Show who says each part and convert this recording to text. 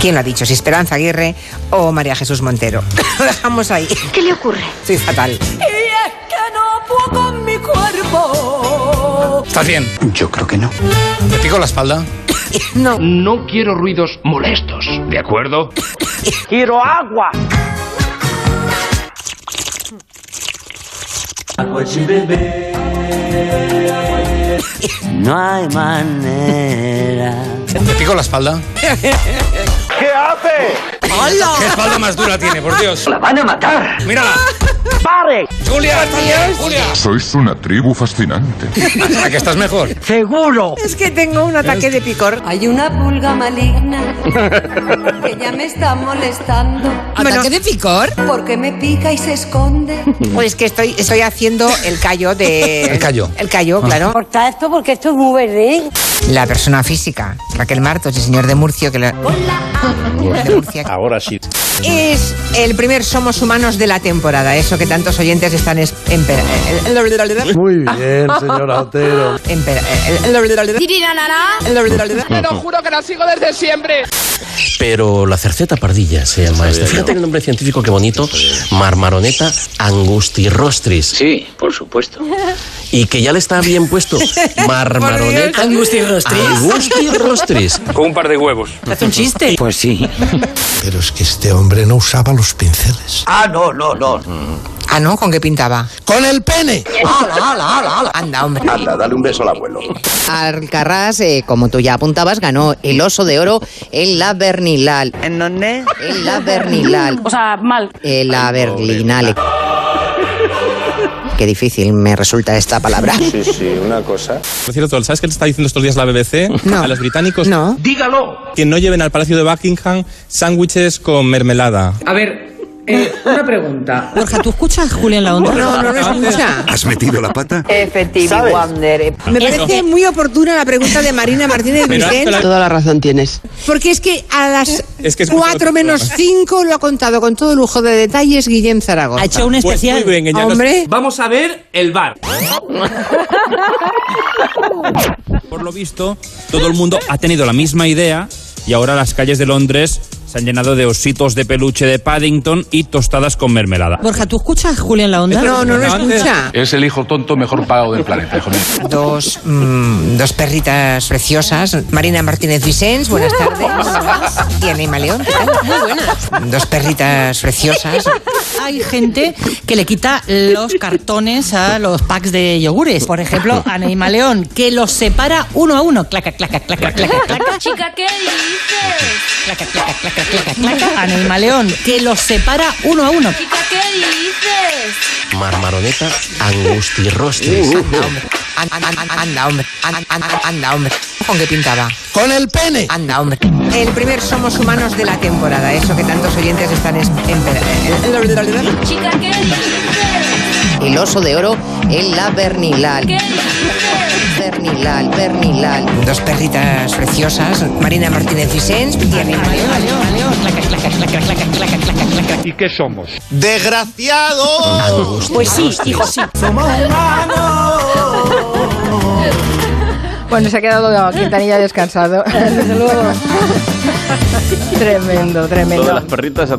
Speaker 1: ¿Quién lo ha dicho? Si Esperanza Aguirre o María Jesús Montero. lo dejamos ahí.
Speaker 2: ¿Qué le ocurre?
Speaker 1: Soy fatal.
Speaker 3: Y es que no puedo con mi cuerpo.
Speaker 4: ¿Estás bien?
Speaker 5: Yo creo que no.
Speaker 4: ¿Te pico la espalda?
Speaker 1: No.
Speaker 6: No quiero ruidos molestos, ¿de acuerdo?
Speaker 7: quiero agua.
Speaker 8: No hay manera.
Speaker 4: ¿Te pico la espalda?
Speaker 7: ¿Qué hace?
Speaker 1: ¡Hola!
Speaker 4: ¿Qué espalda más dura tiene, por Dios?
Speaker 6: ¡La van a matar!
Speaker 4: ¡Mírala!
Speaker 7: ¡Pare!
Speaker 4: ¡Julia! ¡Julia!
Speaker 9: Sois una tribu fascinante.
Speaker 4: ¿A que estás mejor?
Speaker 7: ¡Seguro!
Speaker 1: Es que tengo un ataque de picor.
Speaker 3: Hay una pulga maligna que ya me está molestando
Speaker 1: Bueno,
Speaker 10: ¿Ataque de picor?
Speaker 3: porque me pica y se esconde.
Speaker 1: pues que estoy, estoy haciendo el callo de.
Speaker 4: El callo.
Speaker 1: El callo, claro.
Speaker 2: Corta esto porque esto es muy verde.
Speaker 1: La persona física, Raquel Martos, el señor de Murcia, que la- de Murcia.
Speaker 5: Ahora sí.
Speaker 1: Es el primer Somos Humanos de la temporada, eso que tantos oyentes están es- emper-
Speaker 11: Muy bien, señora Otero.
Speaker 1: emper-
Speaker 8: Pero la cerceta pardilla se llama esta. Fíjate el nombre científico, qué bonito. Marmaroneta angustirostris.
Speaker 6: Sí, por supuesto.
Speaker 8: Y que ya le está bien puesto. Marmaroneta
Speaker 10: Angustirostris.
Speaker 8: angustirostris.
Speaker 6: Con un par de huevos.
Speaker 10: Hace un chiste.
Speaker 6: Pues sí.
Speaker 11: Pero es que este hombre no usaba los pinceles.
Speaker 7: Ah, no, no, no.
Speaker 1: Ah, ¿no? ¿Con qué pintaba?
Speaker 11: ¡Con el pene!
Speaker 1: ¡Hala, hala, hala! Anda, hombre.
Speaker 5: Anda, dale un beso al abuelo.
Speaker 10: Alcaraz, eh, como tú ya apuntabas, ganó el oso de oro en la Bernilal.
Speaker 7: ¿En dónde?
Speaker 10: En la Bernilal.
Speaker 2: O sea, mal.
Speaker 10: En la Berlinale. Qué difícil me resulta esta palabra.
Speaker 5: Sí, sí, una cosa.
Speaker 4: Por cierto, ¿sabes qué le está diciendo estos días la BBC
Speaker 1: No.
Speaker 4: a los británicos?
Speaker 1: No.
Speaker 6: ¡Dígalo!
Speaker 4: Que no lleven al Palacio de Buckingham sándwiches con mermelada.
Speaker 6: A ver, eh, una pregunta.
Speaker 10: Borja, ¿tú escuchas Julia en la onda?
Speaker 1: No, no, no escucha.
Speaker 9: ¿Has metido la pata?
Speaker 2: Efectivamente, Wander.
Speaker 1: Me parece muy oportuna la pregunta de Marina Martínez
Speaker 4: Pero
Speaker 1: Vicente,
Speaker 4: hazte la-
Speaker 12: Toda la razón tienes.
Speaker 1: porque es que a las
Speaker 4: Es que es
Speaker 1: 4 menos 5 lo ha contado con todo lujo de detalles Guillem
Speaker 10: Ha
Speaker 1: Zaragoza.
Speaker 10: hecho un
Speaker 4: Pues muy
Speaker 10: especial.
Speaker 4: bien, que ya nos-
Speaker 1: Hombre,
Speaker 6: Vamos a ver el bar.
Speaker 4: Por lo visto, todo el mundo ha tenido la misma idea y ahora las calles de Londres se han llenado de ositos de peluche de Paddington y tostadas con mermelada.
Speaker 10: Borja, ¿tú escuchas Julia en la onda?
Speaker 1: no, no lo
Speaker 4: Antes-
Speaker 1: escucha.
Speaker 6: Es el hijo tonto mejor pagado del planeta, hijo mío.
Speaker 1: Dos, mm, dos perritas preciosas. Marina Martínez Vicens, buenas tardes. Y Anima León, ¿qué tal? Muy buenas. Dos perritas preciosas.
Speaker 10: Hay gente que le quita los cartones a los packs de yogures. Por ejemplo, a Neima León, que los separa uno a uno. Claca, claca, claca, claca, claca.
Speaker 3: Chica, ¿qué dices?
Speaker 10: Claca, claca, claca, claca, claca. A Neima León, que los separa uno a uno.
Speaker 3: Chica, ¿qué dices?
Speaker 8: Marmaroneta angustirostris.
Speaker 1: An- an- an- an- Anda, hombre. An- an- an- Anda, hombre. ¿Con qué pintaba?
Speaker 11: ¡Con el pene!
Speaker 1: Anda, hombre. El primer Somos Humanos de la temporada. Eso que tantos oyentes están es- en...
Speaker 3: Chica, ¿qué dices?
Speaker 10: El oso de oro en la Bernilal.
Speaker 3: ¿Qué dices?
Speaker 10: Bernilal, Bernilal.
Speaker 1: Dos perritas preciosas. Marina Martínez Vicens y Anima León.
Speaker 6: ¿Y qué somos?
Speaker 11: ¡Desgraciado!
Speaker 10: Pues sí, hijo, sí.
Speaker 3: Bueno, se ha quedado Quintanilla descansado. Desde luego. tremendo, tremendo.
Speaker 5: perritas